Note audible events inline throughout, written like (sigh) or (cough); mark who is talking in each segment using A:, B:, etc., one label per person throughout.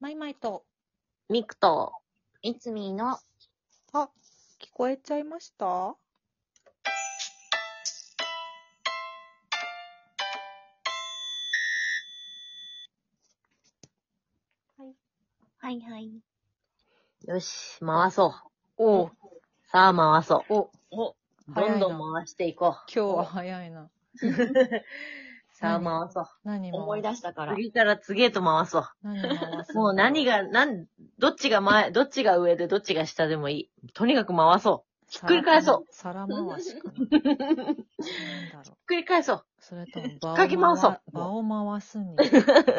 A: マイマイと、
B: ミクと、いつみーの、
A: あ、聞こえちゃいました
B: はいはい。よし、回そう。
A: おう、
B: さあ回そ
A: お、
B: う。お、
A: 早
B: ど
A: いなん
B: どん回していこ
A: 今日は早いな。
B: う。さあ回そう。
A: 何
C: 思い
A: 回
C: 出したから。
B: 次から次へと回そ
A: 何回す
B: う。もう何
A: が
B: が、なん、どっちが前、どっちが上でどっちが下でもいい。とにかく回そう。
A: ひ。
B: っくり返そう
A: 皿回しかな。
B: ひっ
A: なんだろう。
B: くり返そう。
A: それとも場を
B: かき回そう
A: 場を回すに、みた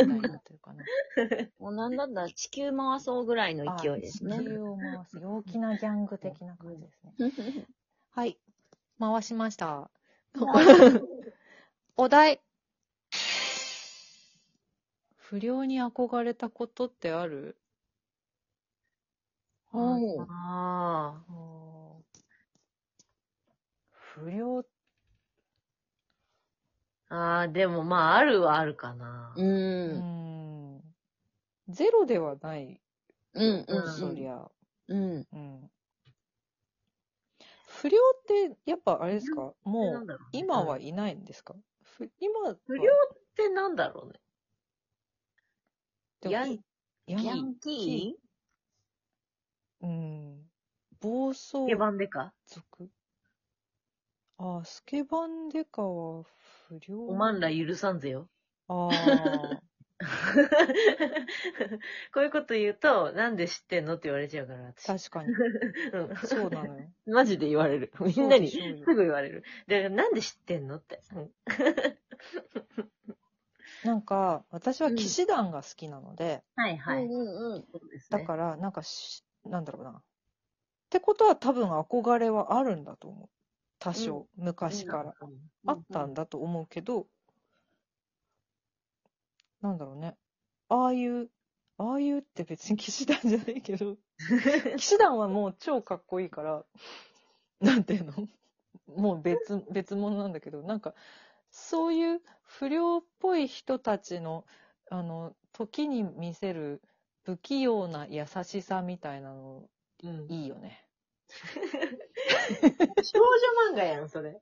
A: いになってるかな。
B: (laughs)
C: もうなんだったら地球回そうぐらいの勢いです
A: あ
C: ね
A: 地。球を回す。陽気なギャング的な感じですね。はい。回しました。お題。不良に憧れたことってある
C: おう
B: ああ。
A: おー不良、
B: ああ、でもまあ、あるはあるかな。
C: う。
A: うんん、ゼロではない。
C: うん。
B: う
C: うん
A: そ
C: ん
A: りゃ。
C: うん。
A: うん。不良って、やっぱあれですかも
B: なん
A: う、
B: だろうね
A: 今
B: う
A: は
B: ん
A: いないんですかふ今は、
B: 不良ってなんだろうね。
A: でも
B: ヤン
A: ヤ
B: ヤ
A: ン
B: ンキ
A: うん。暴
B: ー
A: 走
B: スケバンデカ
A: 族。ああ、スケバンデカは不良。
B: おまんら許さんぜよ。
A: ああ。
B: (laughs) こういうこと言うと、なんで知ってんのって言われちゃうから、
A: 確
B: 私。
A: かに。そうな
B: (laughs)
A: のよ。
B: うんマジで言われる。みんなに、
A: そ
B: す
A: うでしょうよ
B: ぐ言われる。で、なんで知ってんのって。うん
A: なんか、私は騎士団が好きなので、
B: はいはい。
C: うんうん。
B: そうですね
A: だから、なんかし、なんだろうな。ってことは多分憧れはあるんだと思う。多少、昔から。。
B: うん
A: あったんだと思うけど、なんだろうね。ああいう、ああいうって別に騎士団じゃないけ
B: (laughs)
A: ど、騎士団はもう超かっこいいから、なんていうのもう別、別物なんだけど、なんか、そういう不良っぽい人たちの、あの、時に見せる不器用な優しさみたいなの、
B: うん
A: いいよね。
B: 少女漫画やん、それ。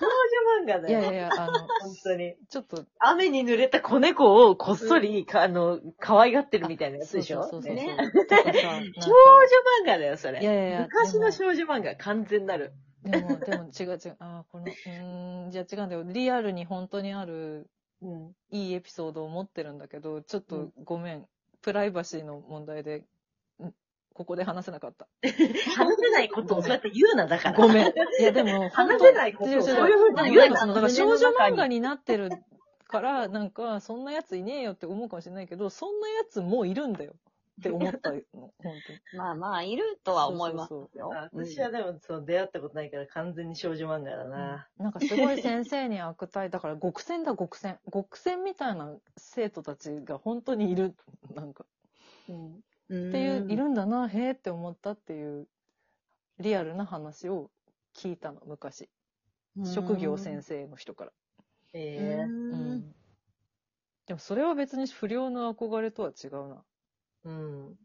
B: 少女漫画
A: い
B: だ
A: やいや
B: よ。
A: いや、あの、
B: 本当に。
A: ちょっと、
B: 雨に濡れた子猫をこっそり、かあの、可愛がってるみたいなやつ
A: そう
B: でし
A: そ
B: ょ
A: うそうそう。
B: ね
A: とかさ
B: (laughs)
A: なんか
B: 少女漫画だよ、それ。
A: いやいやいや
B: 昔
A: でも
B: の少女漫画、完全なる。
A: でも、でも違う違う。ああ、この、うーん、じゃあ違うんだよ。リアルに本当にある
B: うん。
A: いいエピソードを持ってるんだけど、ちょっ
B: う
A: とごめん。プライバシーの問題で、んここで話せなか
B: (laughs)
A: った。
B: 話せないことをそうやって言うな、だから。
A: ごめん。いや、でも、
B: 話せないことを
A: 違う違う
B: そういうふうに言うな
A: そのだから
B: 胸
A: 少
B: の
A: 女
B: 中に
A: 漫画になってるから、なんか、そんなやついねえよって思うかもしれないけど、そんなやつもういるんだよって思ったの、本当に。
C: まあまあ、いるとは思います
A: そうそう
C: よ。
B: あ
C: うん
B: 私はでも、そう、出会ったことないから完全に少女漫画だな。
A: なんかすごい先生に悪態、だから極戦だ極戦。 (laughs) 極戦みたいな生徒たちが本当にいる。なんか、
B: うん。
C: っ
A: っていう、いるんだな、へえって思ったっていう、リアルな話を聞いたの、昔。職業先生の人から。
B: え
C: う。
A: うんん。でもそれは別に不良の憧れとは違うな。
B: えうん。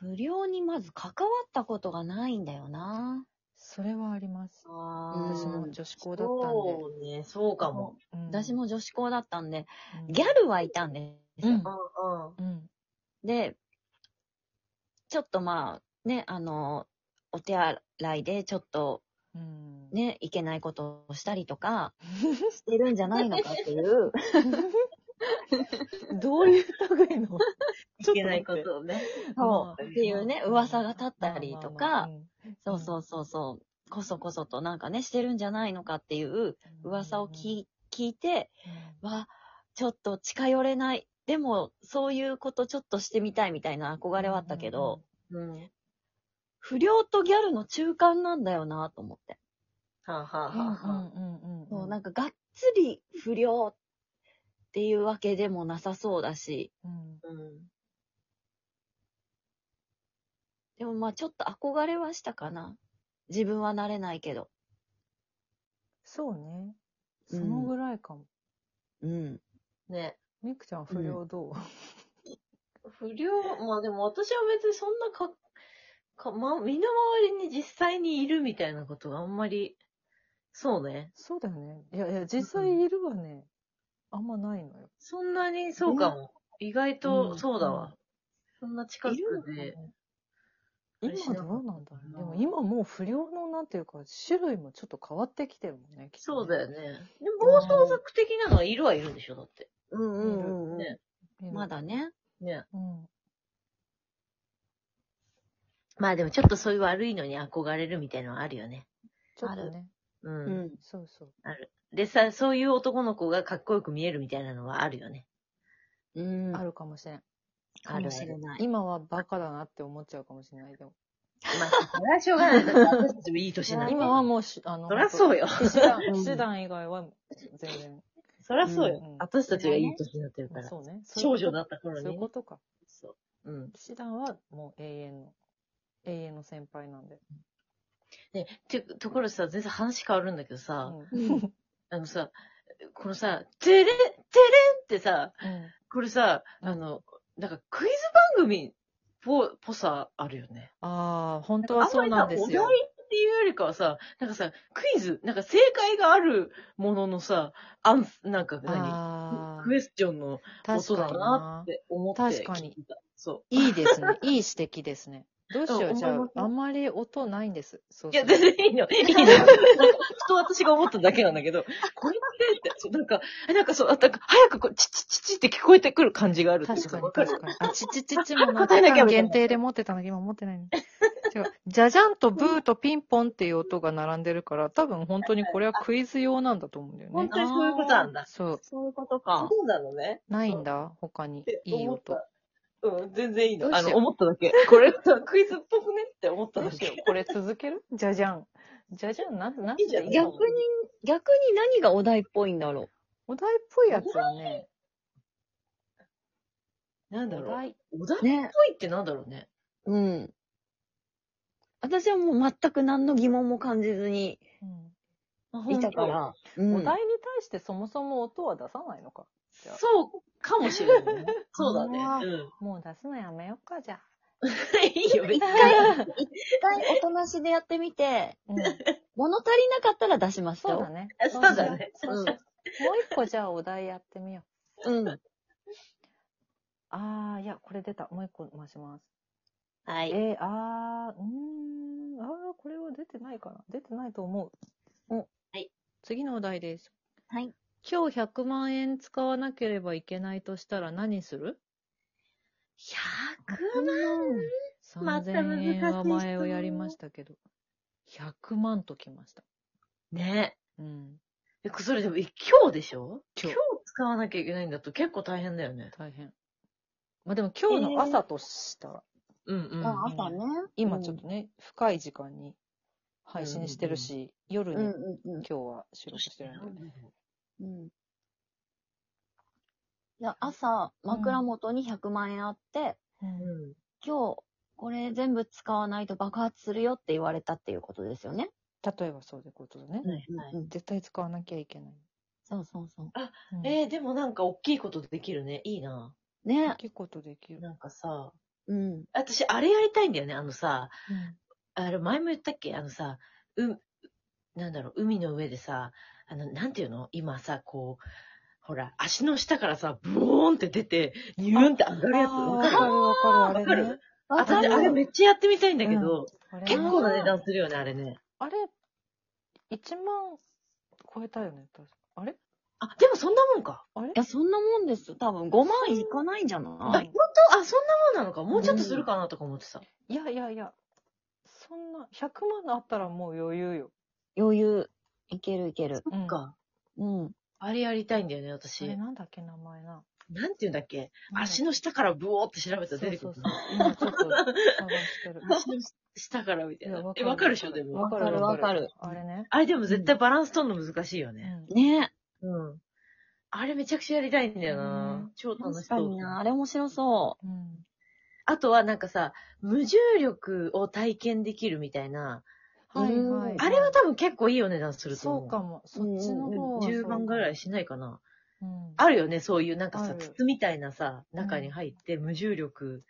C: 不良にまず関わったことがないんだよな。
A: それはあります。
B: あ
C: ー
A: 私も女子校だったんで。
B: そうね、そうかも。
A: うん
C: 私、も女子校だったんで、
A: うん
C: ギャルはいたんですよ
A: うん。
B: うんうん。
A: うん。
C: で、ちょっとまあ、ね、あの、お手洗いでちょっと
A: うん。
C: ね、いけないことをしたりとか、してるんじゃないのかっていう、
A: どういう類 (laughs) の
B: いけないことをね。
C: そう、
B: うん
C: っていうね、噂が立ったりと
A: まあまあ
C: か、
A: まあうん
C: そうそうそうそう、こそこそとなんかね、してるんじゃないのかっていう噂を聞い聞いて、わ、ちょっと近寄れない。でも、そういうことちょっとしてみたいみたいな憧れはあったけど、
B: うん。は
C: 不良とギャルの中間なんだよなと思って。
B: あ、はあは
A: うん
B: あはあ、
A: うんうんうん
C: そう、なん
A: か、
C: かがっつり不良っていうわけでもなさそうだし、
A: うん
B: うん。
C: でもまあちょっと憧れはしたかな。自分はなれないけど。
A: そうね。
C: うん
A: そのぐらいかも。
C: うん。
B: ね。
A: みくちゃん不良どう、
B: 不良、まあでも私は別にそんなか、か、ま、身の回りに実際にいるみたいなことがあんまり、そうね。
A: そうだよね。いやいや、実際いるはね、あんまないのよ。
B: そんなに、そうかも。意外
A: う
B: と、
A: ん
B: そうだわ。そんな近く
A: いるのか
B: で。
A: な今どうなんだろう。でも今もう不良のなんていうか、種類もちょっと変わってきてるもんね、きっと
B: そう
A: ね
B: だよね。でも暴走族的なのはいるはいるんでしょ、だって。
C: うん
A: うん
B: うん
C: ね
A: いる
C: まだね。
B: ね。
A: うん。
B: まあでもちょっとそういう悪いのに憧れるみたいなのはあるよね。
A: ちょっとね。
B: う。。
C: うん
A: そうそう。
B: でさ、そういう男の子がかっこよく見えるみたいなのはあるよね。
C: うん。
A: あるかもしれん。
C: かもしれない。
A: 今はバカだなって思っちゃうかもしれない。でも
B: まあ、それはしょうがない。だって私たちもいい年なんで。
A: 今はもうし、あの、
B: そりゃそうよ。
A: 騎士団、
C: う
B: (laughs)
C: ん
A: 騎士団以外は全然。
B: そりゃそうよ、
A: うん
B: 私たちがいい年になってるから。
A: そうね。
B: 少女だ
A: っ
B: った
A: た
B: 頃
A: そうい
B: に
A: う
B: ね
A: こ。とか。
B: そう。うん。
A: 騎士団はもう永遠の、永遠の先輩なんで。
B: ね、て、ところでさ、全然話変わるんだけど
A: う
B: さ、
A: ん。
B: あのさ、このさ、てれん、てれんってさ、
A: うん
B: これさ、あの、なんかクイズ番組ぽ、ぽさあるよね。
A: ああ、本当はそうなんですよ
B: あんま。りさお題っていうよりかはさ、なんかさ、クイズ、なんか正解があるもののさ、アンス、なんか何
A: あ
B: クエスチョンの
A: あ、
B: 音
A: 確かに
B: だな
A: な
B: っ。て思って
A: 確かに
B: 聞いた。そ
A: いいですね。いい指摘ですね。どうしよ
B: (laughs) そう
A: う。じゃ
B: 思います。
A: あ、あんまり音ないんです。そう
B: い
A: そ
B: や、
A: う
B: 全然いいの。
A: (laughs)
B: いいの。なんか、ふと私が思っただけなんだけど、これって、って、そうなんか、えなんかそう、なんか早くこう、チッチッチッチッって聞こえてくる感じがあるっていう
A: 確かに、
B: わかる
A: 確かに。あ、ちちちちもなん
B: 答
A: か
B: えなきゃ
A: 期間限定で持ってたんだけど、今持ってないの。違う。じゃじゃんとブーとピンポンっていう音が並んでるから、多分本当にこれはクイズ用なんだと思うんだよ
B: 本
A: ね。
B: 当にそういうことなんだ。
A: そう。
C: そういうこと
B: そ
C: か。
B: うなのね。
A: ないんだ、他に
B: って。
A: いい
B: 思っ
A: 音。
B: た。うん、全然いい
A: ど
B: の。
A: う
B: あ
A: しよう
B: の、思っただけ。これ、クイズっぽくねって思った
A: ど
B: だ
A: うし
B: け
A: よ。う。これ続けるじゃじゃん。じゃじゃん、なん、なん
B: いいじゃん
A: の
C: 逆に、逆に何がお題っぽいんだろ
A: お題っぽいやつはね、
B: なんだ
A: お
B: ろう。
A: 題。
B: お題っ
C: う。
B: ぽ
C: ね。
B: いってなんだろうね。
C: うん。私はもう全く何の疑問も感じずに
A: うん
C: いたか
B: あ。
C: ら。
A: お題
C: うん
A: に対してそもそも音は出さないのか。じゃあ
B: そうかもしれないね。そうだね。
A: あ
B: う
A: ー
B: ん。
A: もう出すのやめようか、じゃあ。
B: いいよ、別に。。
C: 一回音なしでやってみて、
A: うん
C: 物足りなかったら出します
A: そう
C: よ
A: だ。ね
B: (laughs) そうだね。
A: そうそうもう一個じゃあお題やってみよう。
C: うん。
A: あー、いや、これ出た。もう一個回します。
C: はい。
A: えー、あー、うーん、あー、これは出てないかな。出てないと思う。お、
B: はい。
A: 次のお題です。
C: はい。
A: 今日100万円使わなければいけないとしたら何する
C: 100万また
A: ?3000 円は
C: 難しい
A: 前をやりましたけど、100万ときました。
B: ね
A: うん、
B: え。それでも、え今日でしょ
A: 今
B: 今
A: 日
B: 日使わなきゃいけないんだと結構大変だよね。
A: 大変。まあでも今日の朝としたら、
B: うんうん。
C: あ朝ね。
A: 今ちょっとね、深い時間に配信してるし、夜
C: うん
A: に
C: うんう
A: 今。
C: ん
A: 日は収録してるので、
C: うん。いや、朝、枕元に100万円あって、
B: うん。
C: 今日、これ全部使わないと爆発するよって言われたっていうことですよね。
A: 例えばそういうことだね、
B: はいは
C: うん
B: い。
C: うん
A: 絶対使わなきゃいけない、
C: そうそうそう。
A: うん
B: えー、でもなんか大きいことできるね。いいな。
A: 大
C: ね。
A: きいことできる、
B: なんかさ、
C: うん。
B: 私、あれやりたいんだよね。あのさ、
A: うん
B: あれ、前も言ったっけあのさ、う、なんだろう、海の上でさ、あの、なんていうの今さ、こう、ほら、足の下からさ、ブオーンって出て、ニューンって上がるやつ。
A: あーわ
B: わかる
A: かるわかるあれ
B: わか
A: ね
B: 私、
C: わかる
B: あれめっちゃやってみたいんだけど、
A: あれ
B: 結構な値段するよね、あれね。
A: あれ1万超えたよね確かあれ
B: あ、でもそんなもんか。
A: あれ
C: いや、そんなもんです。多分5万いかないんじゃ
B: あ、
C: な
B: 本
C: い
B: 当あ、そんなもんなのか。もうちょっとするかなとか思ってた。
A: いやいやいやそんな100万あったらもう余裕よ、
C: 余裕。いけるいける。
A: うん
B: そっか。
C: うん。
B: あれやりたいんだよね、
A: あ
B: 私
A: れ。なんだっけ名前な
B: なんて言うんだっけ足の下からブオーって調べた
A: そう
B: ら出てく
A: そうそ
B: る
A: う。今ちょっと探して
B: (laughs)
A: る
B: 足の下からみたいな。え、わかるでしょ、でも。
A: わかるわかるあれね
B: あれでも絶対バランス取るの難しいよ
A: う
B: ね。
A: ん
C: ね
B: うん。あれめちゃくちゃやりたいんだよな
A: ね。
B: 超楽し
C: 確か
B: そ
C: に
B: う。
C: な。あれ面白そ
A: うん
B: あとはなんかさ、無重力を体験できるみたいな。
A: はいはい。
B: あれは多分結構いいお値段すると
A: そ
B: 思う。
A: うかも。そっちの方は
B: 10万ぐ
A: い。
B: らいしないかな。
A: うん
B: あるよね、そういうなんか
A: あ
B: さ、
A: る
B: 筒みたいなさ、
A: ん
B: 中に入って無重力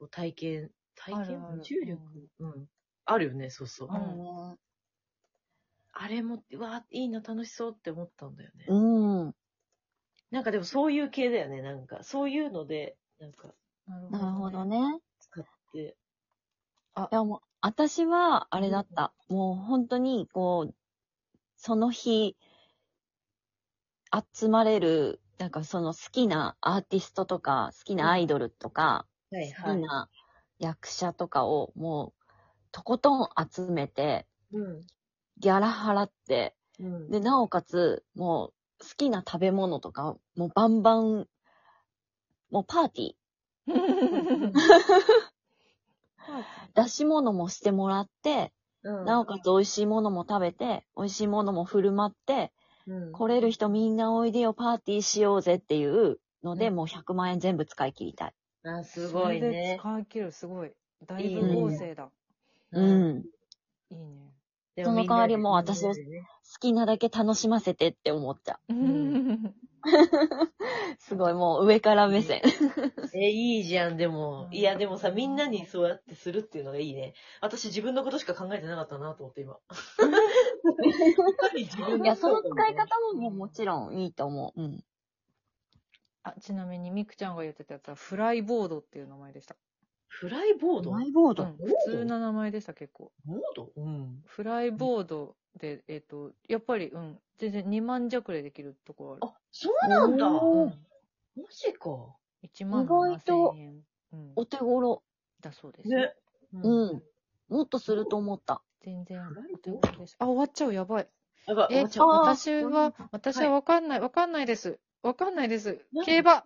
B: を体験、体験
A: あるある
B: 無重力うん。あるよね、そうそう。
A: ある
B: あれも、うわいいな、楽しそうって思ったんだよね。
C: うん。
B: なんかでもそういう系だよね、なんか。そういうので、なんか、
C: なるほど。ね。
B: 使って。
C: いやもう、私は、あれだった。もう本当に、こう、その日、集まれる、なんかその好きなアーティストとか、好きなアイドルとか、
B: はい
C: 好きな役者とかを、もう、とことん集めて、
B: うん。
C: ギャラ払って、
B: うん。
C: で、なおかつ、もう、好きな食べ物とか、もうバンバン、もうパーティー、出し物もしてもらって、
B: うん
C: なおかつ美味しいものも食べて、美味しいものも振る舞って、
B: うん
C: 来れる人みんなおいでよ、パーティーしようぜっていうので、
B: うん
C: もう100万円全部使い切りたい。
B: あ、 (laughs) すごい
A: それで
B: ね。
A: 使い切る、すごい。だ
B: い
A: い
B: い
A: ぶ
C: ね
A: 豪勢だ。
C: うん。好
A: いいね。
B: で
C: そ
B: も
C: の
B: みんな
C: 代わり
B: で
C: もう私を
B: みんなでね
C: きなだけ楽しませてって思っちゃ
A: うんん。 (laughs)
C: う。すごい、もう上から目線。
B: え、いいじゃん、でも。
A: うん
B: いや、でもさ、みんなにそうやってするっていうのがいいね。私自分のことしか考えてなかったなと思って、今。
C: いや、その使い方ももうもちろんいいと思う。うん。
A: あ、ちなみにみくちゃんが言ってたやつは、フライボードっていう名前でした。
B: フライボード
C: マイボー
A: う
C: ド。
A: ん、普通な名前でした、結構。
B: ボードうん。
A: フライボードで、えっ、と、やっぱり、うん、全然2万弱でできるとこある。
B: あ、そうなんだ。
C: お
B: マ
C: ー
B: ジか。
A: 1万
C: 意外と
A: 7000円、うん、
C: お手頃。
A: だそうです。
B: ね。
C: うん。もっとすると思った。
A: 全然
B: フライ
A: お手
B: ボード
A: 頃です。あ、終わっちゃう、やばい。
B: やばい、終
A: え、
B: わっちゃう。
A: 私は、私はわかんない、わかんないです。わかんないです
B: 何。
A: 競馬。